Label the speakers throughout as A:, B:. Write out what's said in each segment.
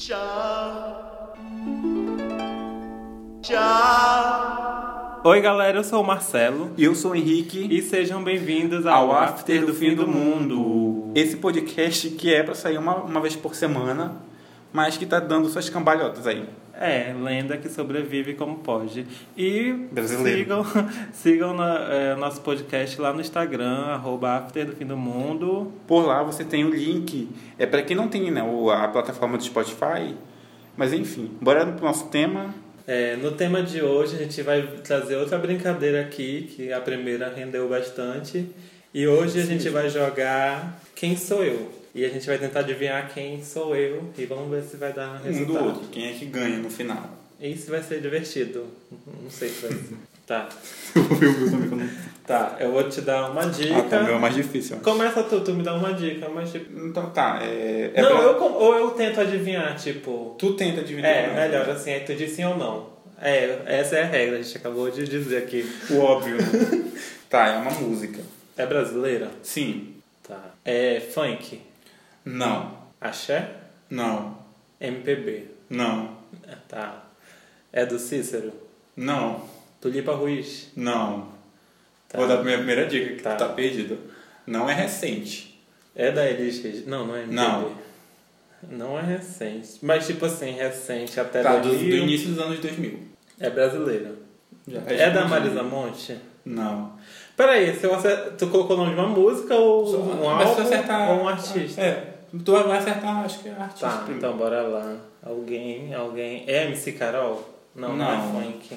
A: Tchau. Tchau.
B: Oi, galera, eu sou o Marcelo
C: E eu sou o Henrique.
B: e sejam bem-vindos
C: Ao
B: ao, After do Fim do Mundo.
C: Esse podcast que é pra sair uma, uma vez por semana, mas que tá dando suas cambalhotas aí.
B: É, lenda que sobrevive como pode. E
C: Brasileiro.
B: sigam, sigam na- é, nosso podcast lá no Instagram, arroba After do Fim do Mundo.
C: Por lá você tem o link. É pra quem não tem né, o- a plataforma do Spotify. Mas enfim, bora pro nosso tema.
B: É, no tema de hoje a gente vai trazer outra brincadeira aqui, que a primeira rendeu bastante. E hoje a gente vai jogar Quem Sou Eu? E a gente vai tentar adivinhar quem sou eu e vamos ver se vai dar
C: Um
B: resultado.
C: do outro. Quem é que ganha no final?
B: Isso vai ser divertido. Não sei se vai ser. tá,
C: Eu vou ver o meu também, que eu não-
B: tá. Eu vou te dar uma dica.
C: Ah, tá, o meu é mais difícil. eu acho.
B: Começa tu, tu me dá uma dica, mas tipo.
C: Então tá, é. é
B: não,
C: pra-
B: eu, com- ou eu tento adivinhar, tipo.
C: Tu tenta dividir.
B: É,
C: né?
B: melhor assim, aí tu diz sim ou não. É, essa é a regra, a gente acabou de dizer aqui.
C: O óbvio. né? tá, é uma música.
B: É brasileira?
C: Sim.
B: Tá. É funk?
C: Não.
B: Axé?
C: Não.
B: MPB?
C: Não.
B: Tá. É do Cícero?
C: Não.
B: Tulipa Ruiz?
C: Não.
B: Tá.
C: Vou dar a minha primeira dica que
B: Tá.
C: tu tá perdido. Não é recente.
B: É da Elis Regis? Não, não é MPB.
C: Não.
B: Não é recente. Mas tipo assim, recente até
C: Tá, do,
B: 2000.
C: do início dos anos 2000.
B: É brasileiro.
C: Já
B: É, da Marisa Monte?
C: Não.
B: Peraí, se eu acer- tu colocou o nome de uma música ou um
C: Mas se
B: álbum
C: tu acertar-
B: ou um artista?
C: É. Tu vai acertar, acho que é artista.
B: Tá,
C: primeiro.
B: então bora lá. Alguém, alguém... É MC Carol? Não, não, é
C: Não.
B: funk.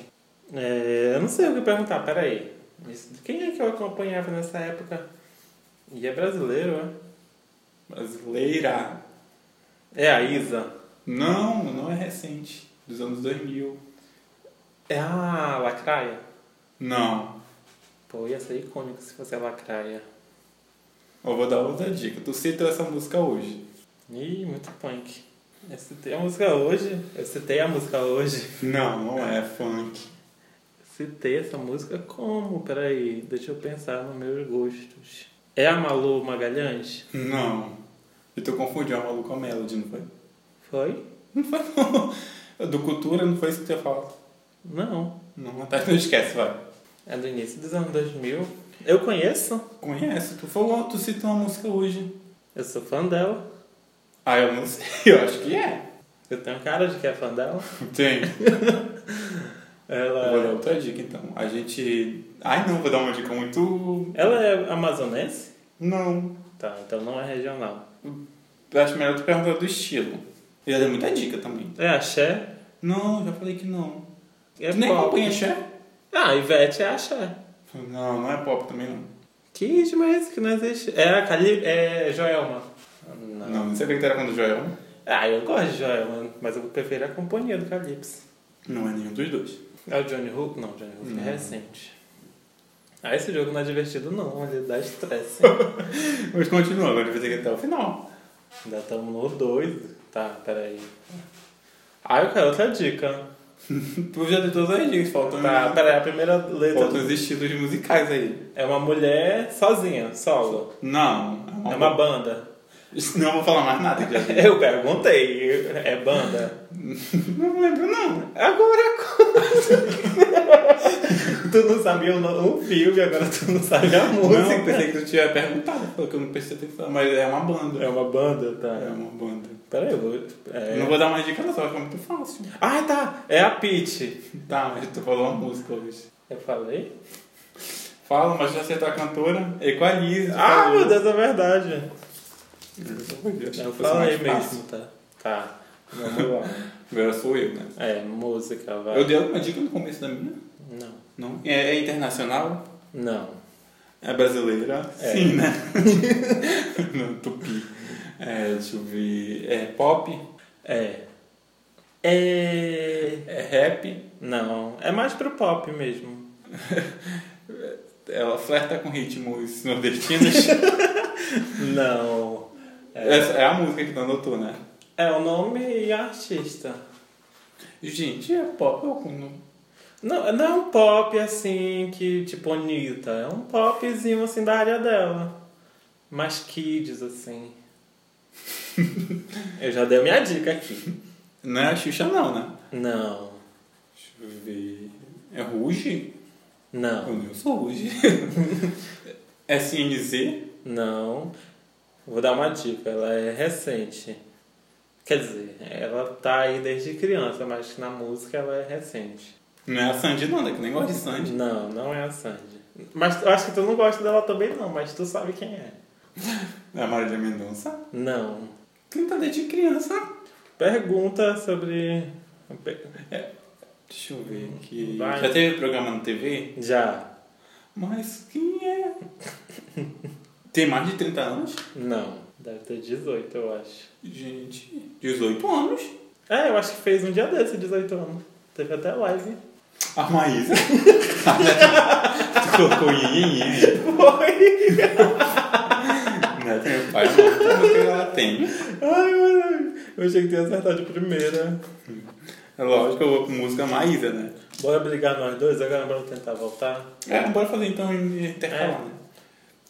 B: É, eu não sei o que perguntar, peraí. Isso- Quem é que eu acompanhava nessa época? E é brasileiro, é?
C: Brasileira.
B: É a Isa.
C: Não, não é recente. Dos anos 2000.
B: É a Lacraia.
C: Não.
B: Pô, ia ser icônico se fosse a Lacraia.
C: Eu vou dar outra dica. Tu citou essa música hoje.
B: Ih, muito punk. Eu citei a música hoje. Eu citei a música hoje.
C: Não, não é funk.
B: Citei essa música como? Peraí, deixa eu pensar nos meus gostos. É a Malu Magalhães?
C: Não. E tu confundiu a maluca com a Melody, não foi?
B: Foi?
C: Do Cultura não foi isso que tu ia falar.
B: Não.
C: Não, tá, não esquece, vai.
B: É do início dos anos 2000. Eu conheço.
C: Conhece, tu falou, tu citou uma música hoje.
B: Eu sou fã dela.
C: Ah, eu não sei, eu acho que é.
B: Eu tenho cara de que é fã dela.
C: Tem. Vou dar
B: Ela, é-
C: outra dica então. A gente. Ai não, vou dar uma dica muito.
B: ela é amazonense?
C: Não.
B: Tá, então não é regional.
C: Eu acho melhor tu perguntar do estilo. Eu já dei muita dica também.
B: É axé?
C: Não, já falei que não.
B: É
C: tu nem
B: pop.
C: acompanha Cher?
B: Ah, Ivete é axé.
C: Não, não é pop também não.
B: Que demais que não existe. É a Cali... É Joelma.
C: Não, não, não sei que era quando Joel.
B: Ah, eu gosto de Joelma, mas eu prefiro a companhia do Calypso.
C: Não é nenhum dos dois.
B: É o Johnny Hook? Não, o Johnny Hook
C: Não.
B: é recente. Ah, esse jogo não é divertido não, ele dá estresse.
C: Mas continua, agora vai ter que ir até o final.
B: Ainda estamos no 2. Tá, peraí. Ah, eu quero outra dica.
C: tu já deu todas as dicas, faltam.
B: Tá, peraí, a primeira letra
C: Faltam os estilos musicais aí.
B: é uma mulher sozinha, solo.
C: Não.
B: É uma banda.
C: Não vou falar mais nada, já
B: Eu perguntei, é banda?
C: Não lembro, não.
B: Agora Tu não sabia o, no- o filme, agora tu não sabe a
C: Não, eu
B: música.
C: é um pensei que tu tinha perguntado, porque eu não prestei atenção. Mas é uma banda.
B: É uma banda, tá?
C: É uma banda.
B: Peraí, eu vou. é-
C: Não vou dar uma dica, não, só que é muito fácil.
B: Ah, tá! É a Peach.
C: Tá, mas tu falou uma música hoje.
B: Eu falei?
C: Fala, mas já acertou a cantora. Equalize.
B: Ah, meu Deus, é verdade.
C: Deus.
B: Eu falei mesmo, tá? Tá. Vamos lá.
C: Agora sou eu, né?
B: É, música, vai.
C: Eu dei alguma dica no começo da minha?
B: Não.
C: Não. É, é internacional?
B: Não.
C: É brasileira?
B: É.
C: Sim, né? não, tupi. É, deixa eu ver. É pop?
B: É. É.
C: É rap?
B: Não. É mais pro pop mesmo.
C: Ela flerta com ritmos nordestinos?
B: Não. É,
C: Essa é a música que tu anotou, né?
B: é o nome e a artista.
C: Gente, é pop ou não?
B: Não, não é um pop assim que, tipo, Anitta. É um popzinho assim da área dela. Mais kids, assim. Eu já dei a minha dica aqui.
C: Não é a Xuxa, não, né?
B: Não.
C: Deixa eu ver. É Ruge?
B: Não.
C: Eu sou Ruge. É SNZ?
B: Não. Vou dar uma dica, ela é recente. Quer dizer, ela tá aí desde criança, mas na música ela é recente.
C: Não é a Sandy, não, né? Que nem gosta de Sandy.
B: Não, não é a Sandy. Mas eu acho que tu não gosta dela também não, mas tu sabe quem é.
C: É a Marília Mendonça?
B: Não.
C: Quem tá desde criança?
B: Pergunta sobre...
C: Deixa eu ver aqui.
B: Vai.
C: Já teve programa na TV?
B: Já.
C: Mas quem é? Tem mais de 30 anos?
B: Não. Deve ter 18, eu acho.
C: Gente, 18 anos.
B: É, eu acho que fez um dia desse, 18 anos. Teve até live.
C: A Maísa. tu colocou em em
B: Foi!
C: Não tem pai, não. Tem o que ela tem.
B: Ai, mano. Eu achei que tinha acertado de primeira.
C: É lógico que eu vou com música Maísa, né?
B: Bora brigar nós dois agora pra eu tentar voltar?
C: É, bora fazer então intercalar,
B: É.
C: né?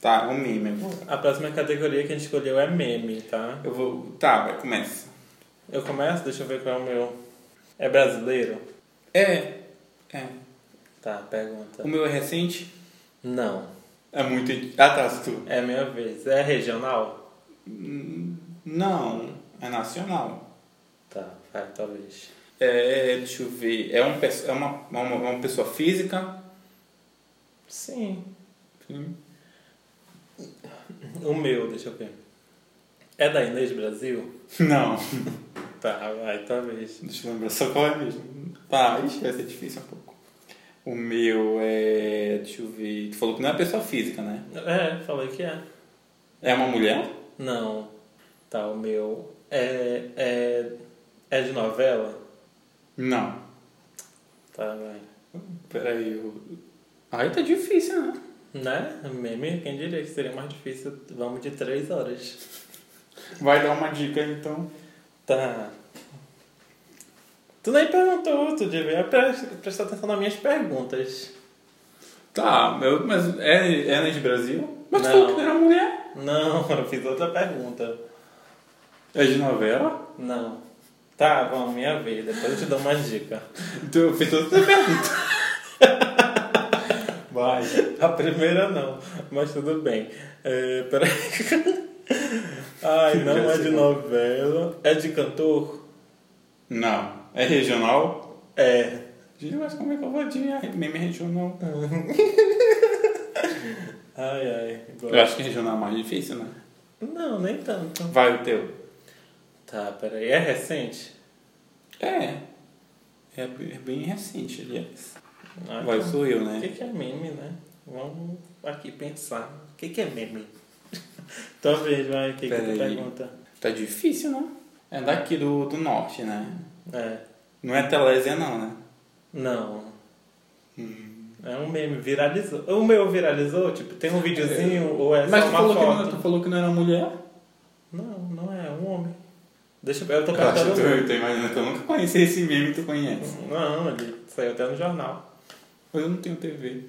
C: Tá, um meme agora.
B: A próxima categoria que a gente escolheu é meme, tá?
C: Eu vou. Tá, vai, começa.
B: Eu começo? Deixa eu ver qual é o meu. É brasileiro?
C: É. É.
B: Tá, pergunta.
C: O meu é recente?
B: Não.
C: É muito. Ah, tá, se tu.
B: É a minha vez. É regional?
C: Hum, Não, é nacional.
B: Tá, vai, talvez.
C: É, deixa eu ver. É, um, perso- é uma, uma, uma pessoa física?
B: Sim. Hum.
C: Sim.
B: O meu, deixa eu ver. É da Inês Brasil?
C: Não.
B: Tá, vai, talvez.
C: Deixa eu lembrar só qual é mesmo. Tá, ixi, vai ser difícil um pouco. O meu é. Deixa eu ver. Tu falou que não é pessoa física, né?
B: É, falei que é.
C: É uma mulher?
B: Não. Tá, o meu. É. É, é de novela?
C: Não.
B: Tá, vai.
C: Peraí, eu. Aí tá difícil, né?
B: Né? Meme, quem diria que seria mais difícil? Vamos de três horas.
C: Vai dar uma dica então.
B: Tá. Tu nem perguntou, tu devia pre- prestar atenção nas minhas perguntas.
C: Tá, eu- mas é, é de Brasil? Mas
B: Não.
C: tu falou que era mulher?
B: Não, eu fiz outra pergunta.
C: É de novela?
B: Não. Tá, bom, minha vez, depois eu te dou uma dica.
C: Então eu fiz toda essa pergunta. Vai.
B: A primeira não, mas tudo bem. É, peraí. Ai, não é de novela. É de cantor?
C: Não. É regional?
B: É.
C: Gente, mas como é que eu vou adivinhar? Meme regional. tá.
B: Ai, ai. agora-
C: Eu acho que regional é mais difícil, né?
B: Não, nem tanto.
C: Vai o teu.
B: Tá, peraí. É recente?
C: É. É b- é bem recente, aliás.
B: Ah,
C: Vai,
B: tá.
C: sou
B: O
C: eu,
B: que,
C: né?
B: que é meme, né? Vamos aqui pensar. O que, que é meme? Talvez, vai. O que, que tu
C: Peraí.
B: pergunta?
C: Tá difícil, né? É daqui do, do norte, né?
B: É.
C: Não é Telésia, não, né?
B: Não.
C: Hum.
B: É um meme. Viralizou. O meu viralizou? Tipo, tem um videozinho ou é só
C: Mas tu
B: uma
C: falou, que
B: foto?
C: não, tu falou que não era mulher?
B: Não, não é. É um homem. Deixa eu ver. Eu tô
C: Eu acho
B: perguntando.
C: que tu- eu tô imaginando que eu nunca conheci esse meme, tu conhece.
B: Não, ele saiu até no jornal.
C: Mas eu não tenho TV.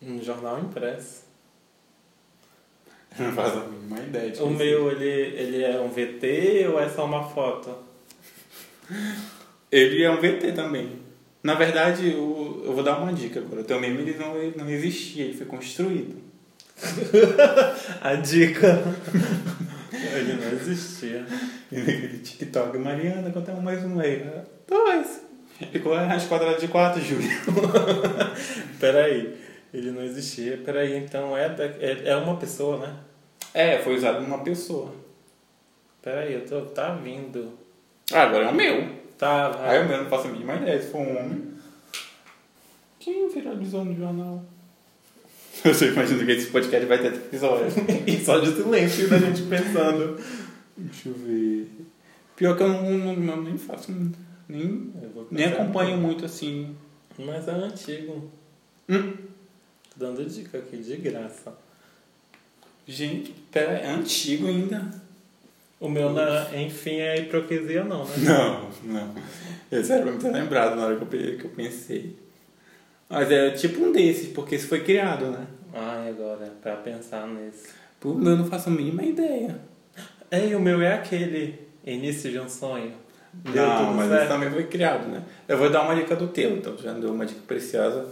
B: No jornal impresso.
C: Eu não faço a mínima ideia. de
B: O
C: quem
B: meu, ele, ele é um VT ou é só uma foto?
C: seja. Ele é um VT também. Na verdade, eu, eu vou dar uma dica agora. O teu meme ele não, ele não existia, ele foi construído.
B: A dica. ele não existia.
C: E naquele é TikTok, Mariana, quanto é um mais um aí? Dois. Ficou as quadradas de quatro, Júlio.
B: Peraí. Ele não existia. Peraí, então é, da- é, é uma pessoa, né?
C: É, foi usado numa pessoa.
B: Peraí, eu tô. Tá vindo.
C: Ah, agora é o meu.
B: Tá,
C: Ah,
B: vai.
C: eu mesmo não faço a mínima ideia, se for um homem. Quem viralizou no jornal? Eu tô imaginando que esse podcast vai ter episódios.
B: E só de silêncio da gente pensando.
C: Deixa eu ver. Pior que eu não, não- não- nem faço. Nem,
B: Eu vou
C: nem
B: pensar.
C: acompanho muito assim.
B: Mas é antigo.
C: Hum?
B: Tô dando dica aqui, de graça.
C: Gente, pera, é antigo ainda.
B: O meu, na, enfim, é hipocrisia, não, né?
C: Não, não. Esse era pra eu ter lembrado na hora que eu, pe- que eu pensei. Mas é tipo um desses, porque esse foi criado, né?
B: Ai, Ah, agora, pra pensar nisso.
C: Pô, eu não faço a mínima ideia.
B: É, e o meu é aquele. Início de um sonho. Deu
C: não,
B: tudo
C: mas
B: certo.
C: isso também foi criado, né? Eu vou dar uma dica do teu, então já deu uma dica preciosa.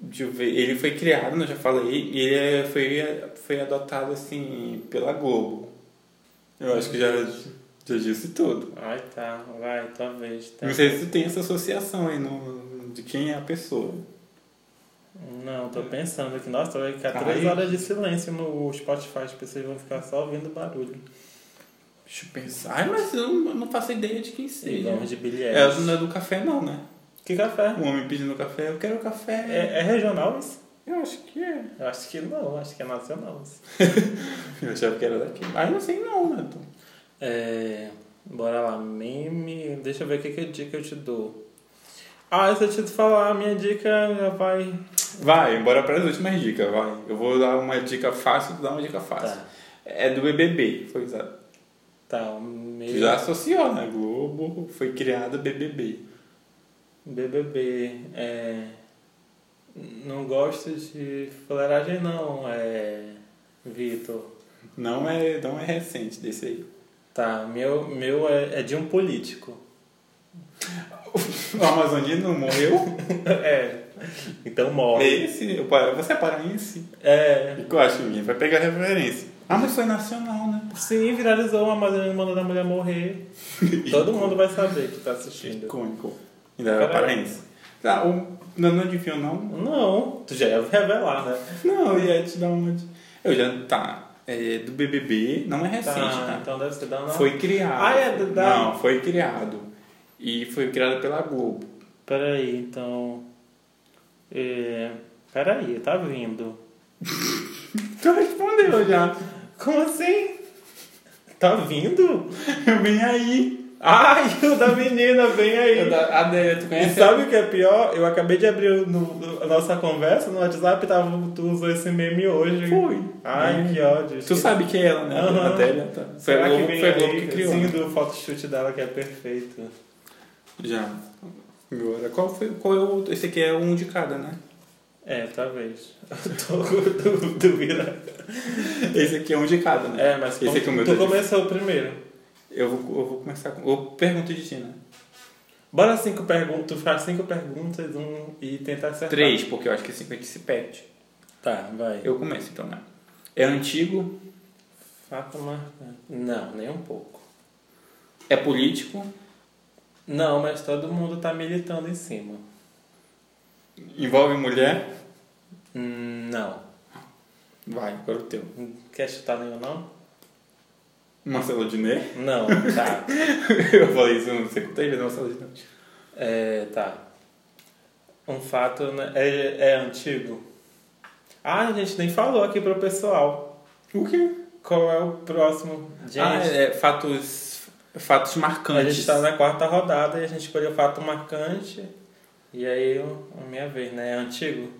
C: Deixa eu ver. Ele foi criado, né, eu já falei, e ele é- foi, foi adotado assim pela Globo. Eu acho que já, já disse tudo.
B: Ai, tá. Vai, tua vez. Tá.
C: Não sei se tu tem essa associação aí no, de quem é a pessoa.
B: Não, tô pensando aqui. Nossa, vai ficar
C: Ai.
B: três horas de silêncio no Spotify. As pessoas vão ficar só ouvindo barulho.
C: Deixa eu pensar. Ai, mas eu não, eu não faço ideia de quem
B: E
C: seja.
B: vamos de bilhete.
C: É, não é do café não, né?
B: Que café?
C: O homem pedindo café, eu quero café.
B: É, é regional isso?
C: Eu acho que é.
B: Eu acho que não. Acho que é nacional isso.
C: Eu achava que era daqui. Mas não sei não, né? Tom?
B: É, bora lá, meme. Deixa eu ver o que, que dica eu te dou. Ah, se eu te falar, a minha dica já vai.
C: Vai, bora para as últimas dicas, vai. Eu vou dar uma dica fácil, tu dá uma dica fácil.
B: Tá,
C: É do BBB, foi usado.
B: tá. O meu
C: Já associou, né? Globo foi criada BBB.
B: BBB. É... Não gosto de fuleiragem, não, é. Vitor.
C: Não é, não é recente desse aí.
B: Tá, meu, meu é, é de um político.
C: O amazonino morreu?
B: é. Então morre.
C: Esse, eu pa- você é paraense?
B: É.
C: E eu acho que ninguém vai pegar referência. Ah, mas foi nacional, né?
B: Sim, viralizou o Amazonas mandando a mulher morrer. Todo mundo vai saber que tá assistindo.
C: Icônico. Ainda era
B: Caralho.
C: paraense. Tá, o, não, não adivinhou não?
B: Não, tu já ia revelar, né?
C: Não, eu ia te dar uma. de- Eu já. Tá. É do BBB, não é recente,
B: Tá,
C: tá?
B: então deve ser da uma...
C: Foi criado.
B: Ah, é do- da-
C: Não, foi criado. E foi criado pela Globo.
B: Peraí, então. É... Peraí, tá vindo.
C: Tu respondeu já.
B: Como assim? Tá vindo?
C: Vem aí.
B: Ai, o da menina, vem aí.
C: A Adélia, tu
B: E
C: conhece?
B: sabe o que é pior? Eu acabei de abrir o- no- a nossa conversa no WhatsApp, tava, tu usou esse meme hoje.
C: Foi.
B: Ai,
C: É.
B: que ódio.
C: Tu sabe que é ela, né?
B: Aham.
C: A Adélia. Tá. Foi a
B: Será
C: Globo
B: que
C: que,
B: vem
C: foi a Globo
B: aí?
C: que criou. né?
B: Sim, do photoshoot dela que é perfeito.
C: Já. Agora, qual foi. Qual é o. Esse aqui é um de cada, né?
B: É, talvez. Eu tô du- duvida.
C: Esse aqui é um de cada, né?
B: É, mas
C: Esse
B: como-
C: aqui é o meu
B: tu
C: tá
B: começou primeiro.
C: Eu, vou, eu vou começar com. Eu pergunto de ti, né?
B: Bora cinco perguntas, tu faz cinco perguntas um, e tentar acertar.
C: Três, porque eu acho que é 50 se perde.
B: Tá, vai.
C: Eu começo então, né? É antigo,
B: Fato marcante. Não, nem um pouco.
C: é político,
B: Não, mas todo mundo tá militando em cima.
C: envolve mulher.
B: Hum, Não.
C: Vai, agora o teu.
B: Quer chutar nenhum, não?
C: Marcelo Diné.
B: Não, tá.
C: eu falei isso, não sei quantas vezes, Marcelo Diné.
B: é, tá. Um fato né, é, é antigo. Ah, a gente nem falou aqui pro pessoal.
C: O quê?
B: Qual é o próximo? Gente,
C: Ah, é, fatos, fatos
B: a
C: marcantes.
B: gente tá na quarta rodada e a gente escolheu fato marcante. E aí, eu- a minha vez, né? É antigo?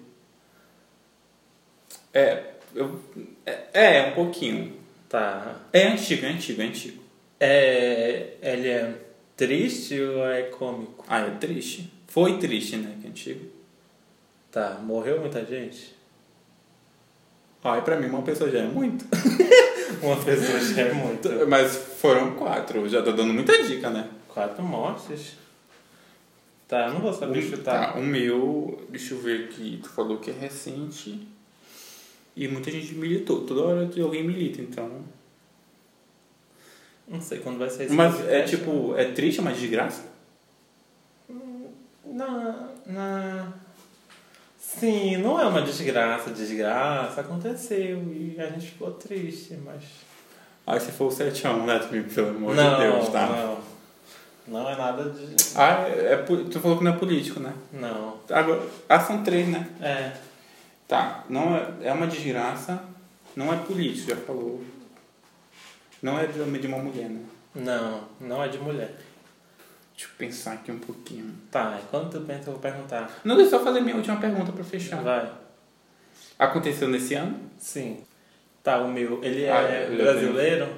C: É, eu- é, é, um pouquinho.
B: Tá.
C: É antigo, é antigo, é antigo.
B: É, ele é triste ou é cômico?
C: Ah, é triste. Foi triste, né? Que é antigo.
B: Tá, morreu muita gente?
C: Ah, e pra mim uma pessoa já é muito.
B: Uma pessoa já é muito.
C: Mas foram quatro, eu já tô dando muita dica, né?
B: Quatro mortes? Tá, não vou saber
C: Um-
B: chutar.
C: tá, o meu, deixa eu ver aqui, tu falou que é recente. E muita gente militou, toda hora que alguém milita, então.
B: Não sei quando vai ser esse
C: Mas é
B: podcast.
C: tipo, é triste, mas desgraça?
B: Na, na... Sim, não é uma desgraça, desgraça. Aconteceu e a gente ficou triste, mas.
C: Ah, se for o 7x1, né, tu, pelo amor
B: não,
C: de Deus, tá?
B: Não. Não é nada de.
C: Ah, é, é po- tu falou que não é político, né?
B: Não.
C: Agora, ah, são três, né?
B: É.
C: Tá, não é, é uma desgraça, não é político, já falou. Não é de de uma mulher, né?
B: Não, não é de mulher.
C: Deixa eu pensar aqui um pouquinho.
B: Tá, enquanto tu pensa, eu vou perguntar.
C: Não, deixa eu só fazer minha última pergunta pra fechar.
B: Vai.
C: Aconteceu nesse ano?
B: Sim. Tá, o meu. Ele é
C: Ah, eu já
B: brasileiro?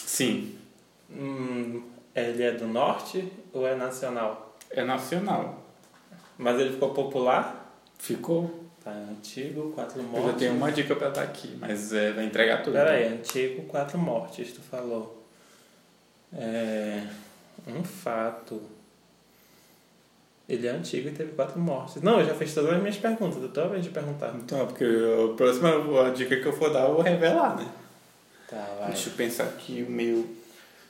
C: Sim.
B: Hum, ele é do norte ou é nacional?
C: É nacional.
B: Mas ele ficou popular?
C: Ficou?
B: Tá, antigo, quatro
C: Eu já
B: mortes.
C: tenho uma dica pra dar aqui, mas é, vai entregar tudo.
B: Pera aí, antigo, quatro mortes, tu falou. É, um fato. Ele é antigo e teve quatro mortes. Não, eu já fiz todas as minhas perguntas, eu tô a vez de perguntar.
C: Então, porque a próxima a dica que eu for dar, eu vou revelar, né?
B: Tá, vai.
C: Deixa eu pensar que o meu.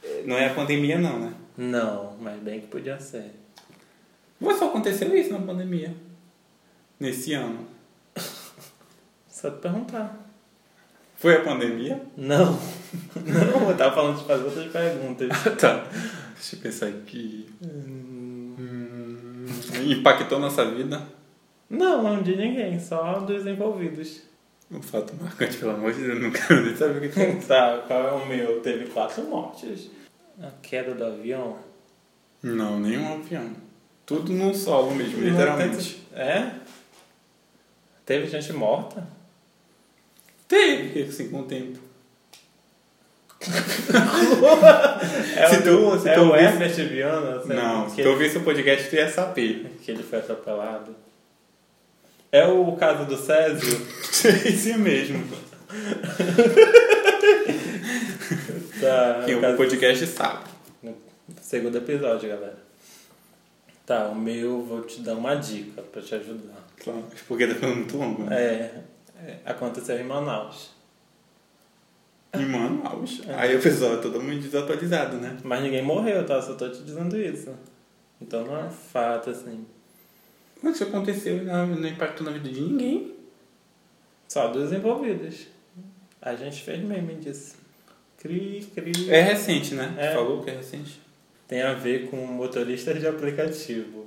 C: eh, Não é a pandemia, não, né?
B: Não, mas bem que podia ser.
C: Mas só aconteceu isso na pandemia. Nesse ano.
B: Só te perguntar.
C: Foi a pandemia?
B: Não. Não, eu tava falando de fazer outras perguntas.
C: tá. Deixa eu pensar aqui. Hum, Impactou nossa vida.
B: Não, não de ninguém, só dos envolvidos.
C: Um fato marcante, pelo amor de Deus, eu não quero nem saber o que tem.
B: tá, qual é o meu? Teve quatro mortes. A queda do avião?
C: Não, nenhum avião. Tudo num solo
B: Tipo,
C: mesmo, literalmente.
B: É? Teve gente morta?
C: Teve, assim, com o tempo.
B: É
C: Se
B: o,
C: tu- se
B: é
C: tu
B: o
C: ouvisse-
B: Herbert Viana? sei lá,
C: Não, se
B: que,
C: tu ouvisse o podcast, tu ia saber.
B: que ele foi atropelado. É o caso do Césio?
C: Esse É mesmo.
B: Tá,
C: Quem
B: o
C: ouve o
B: caso-
C: podcast sabe.
B: Segundo episódio, galera. Tá, o meu, vou te dar uma dica pra te ajudar.
C: Claro, porque tá ficando muito longo, né?
B: É, é, aconteceu em Manaus.
C: E Manaus. Aí o pessoal é todo mundo desatualizado, né?
B: Mas ninguém morreu, tá? Só tô te dizendo isso. Então não é um fato, assim.
C: Mas isso aconteceu e não, não impactou na vida de ninguém.
B: Só dos envolvidos. A gente fez meme disso. Cri, cri.
C: É recente, né?
B: É.
C: Falou que é recente.
B: Tem a ver com motoristas de aplicativo.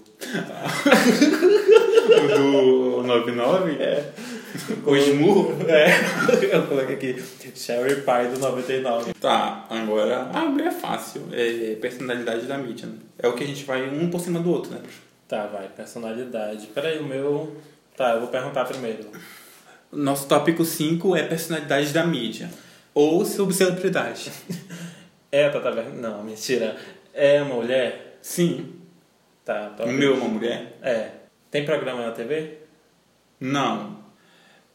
C: O do 99?
B: É.
C: O Smurro?
B: É, eu coloquei aqui. Sherry Pie do 99.
C: Tá, agora abre é fácil. É personalidade da mídia, né? É o que a gente vai um por cima do outro, né?
B: Tá, vai, personalidade. Peraí, o meu. Tá, eu vou perguntar primeiro.
C: Nosso tópico 5 é personalidade da mídia. Ou subcelebridade.
B: É a Tata Werneck? Não, mentira. É uma mulher?
C: Sim.
B: Tá,
C: O
B: talvez.
C: meu é uma mulher?
B: É. Tem programa na TV?
C: Não.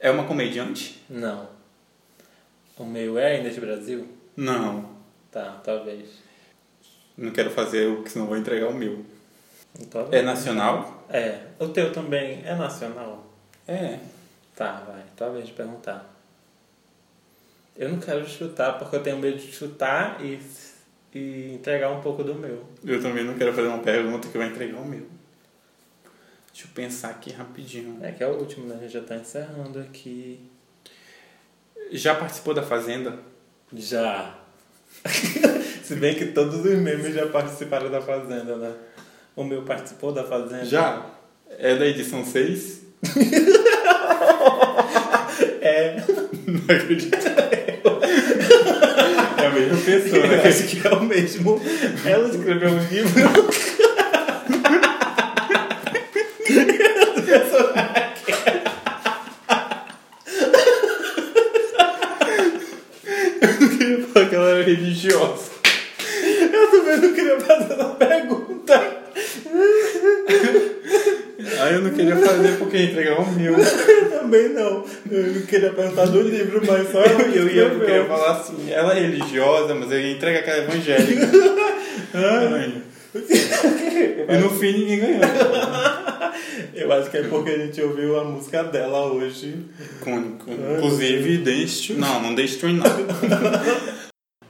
C: É uma comediante?
B: Não. O meu é Inês Brasil?
C: Não.
B: Tá, talvez.
C: Não quero fazer o que senão vou entregar o meu.
B: Então,
C: É nacional?
B: É. O teu também é nacional?
C: É.
B: Tá, vai. Talvez perguntar. Eu não quero chutar porque eu tenho medo de chutar e, e entregar um pouco do meu.
C: Eu também não quero fazer uma pergunta que vai entregar o meu. Deixa eu pensar aqui rapidinho.
B: É que é o último, né? A gente já tá encerrando aqui.
C: Já participou da Fazenda?
B: Já. Se bem que todos os memes já participaram da Fazenda, né? O meu participou da Fazenda?
C: Já. É da edição 6?
B: É.
C: Não acredito. é a mesma pessoa,
B: Eu
C: né?
B: acho que é o mesmo. Ela escreveu um livro.
C: Eu queria falar que É, ela era religiosa.
B: Eu também não queria fazer essa pergunta.
C: Aí eu não queria fazer porque ia entregar o meu.
B: Eu também não. Eu queria perguntar do livro, mas só ela
C: Eu ia eu queria
B: escreveu.
C: falar assim, ela é religiosa, mas eu ia entregar aquela evangélica. Ai. E no fim ninguém ganhou.
B: Eu acho que é porque a gente ouviu a música dela hoje.
C: Cônico. Inclusive, destru... Não, não destruir nada.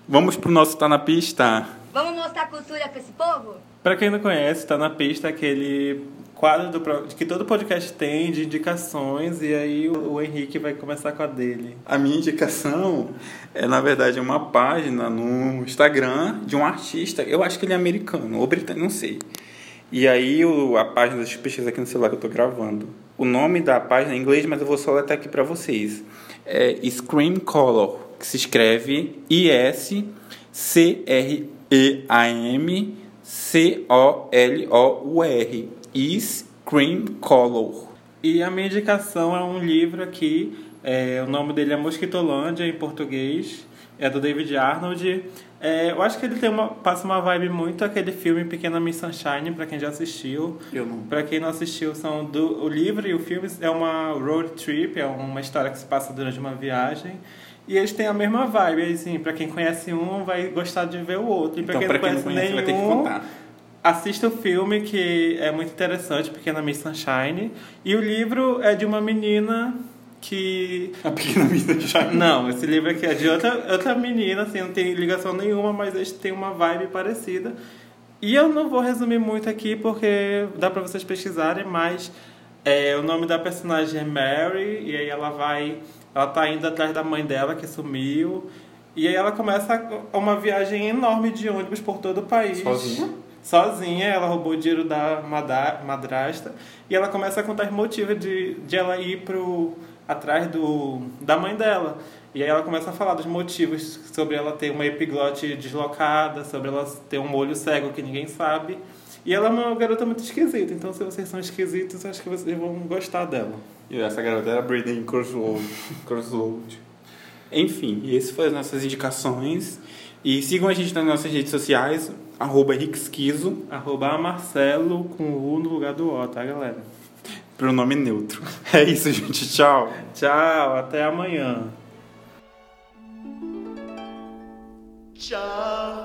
C: Vamos pro nosso Tá na Pista.
A: Vamos mostrar cultura pra esse povo?
B: Pra quem não conhece, tá na pista aquele quadro do pro- que todo podcast tem de indicações e aí o o Henrique vai começar com a dele.
C: A minha indicação é, na verdade, uma página no Instagram de um artista. Eu acho que ele é americano ou britânico, não sei. E aí o- a página, deixa eu pesquisar aqui no celular que eu tô gravando. O nome da página é em inglês, mas eu vou só até aqui pra vocês. É Scream Color, que se escreve I-S-C-R-E-A-M C-O-L-O-U-R. Scream Color.
B: E a minha indicação é um livro aqui, é, o nome dele é Mosquitolândia, em português, é do David Arnold. É, eu acho que ele tem uma, passa uma vibe muito aquele filme Pequena Miss Sunshine, pra quem já assistiu.
C: Eu não.
B: Pra quem não assistiu, são do, o livro e o filme é uma road trip, é uma história que se passa durante uma viagem. E eles têm a mesma vibe, aí, assim, pra quem conhece um vai gostar de ver o outro. E pra
C: Então,
B: quem
C: pra
B: não
C: quem não
B: conhece,
C: conhece, vai ter que
B: nenhum,
C: contar.
B: assista o filme que é muito interessante, Pequena Miss Sunshine. E o livro é de uma menina que
C: A pequena mina já.
B: não, esse livro aqui é de outra, outra menina, assim, não tem ligação nenhuma, mas eles têm uma vibe parecida. E eu não vou resumir muito aqui, porque dá pra vocês pesquisarem, mas é, o nome da personagem é Mary, e aí ela vai. Ela tá indo atrás da mãe dela, que sumiu. E aí ela começa uma viagem enorme de ônibus por todo o país
C: Sozinha?
B: sozinha, ela roubou o dinheiro da mada- madrasta e ela começa a contar os motivos de, de ela ir pro atrás do da mãe dela. E aí ela começa a falar dos motivos sobre ela ter uma epiglote deslocada, sobre ela ter um olho cego que ninguém sabe. E ela é uma garota muito esquisita, então se vocês são esquisitos, acho que vocês vão gostar dela.
C: E essa garota era Britney Crossload. Crossload. Enfim, e essas foram as nossas indicações. E sigam a gente nas nossas redes sociais, arroba Ricksquizo,
B: Arroba Marcelo com U no lugar do O, tá, galera?
C: pronome neutro. É isso, gente. Tchau.
B: Tchau, até amanhã.
D: Tchau.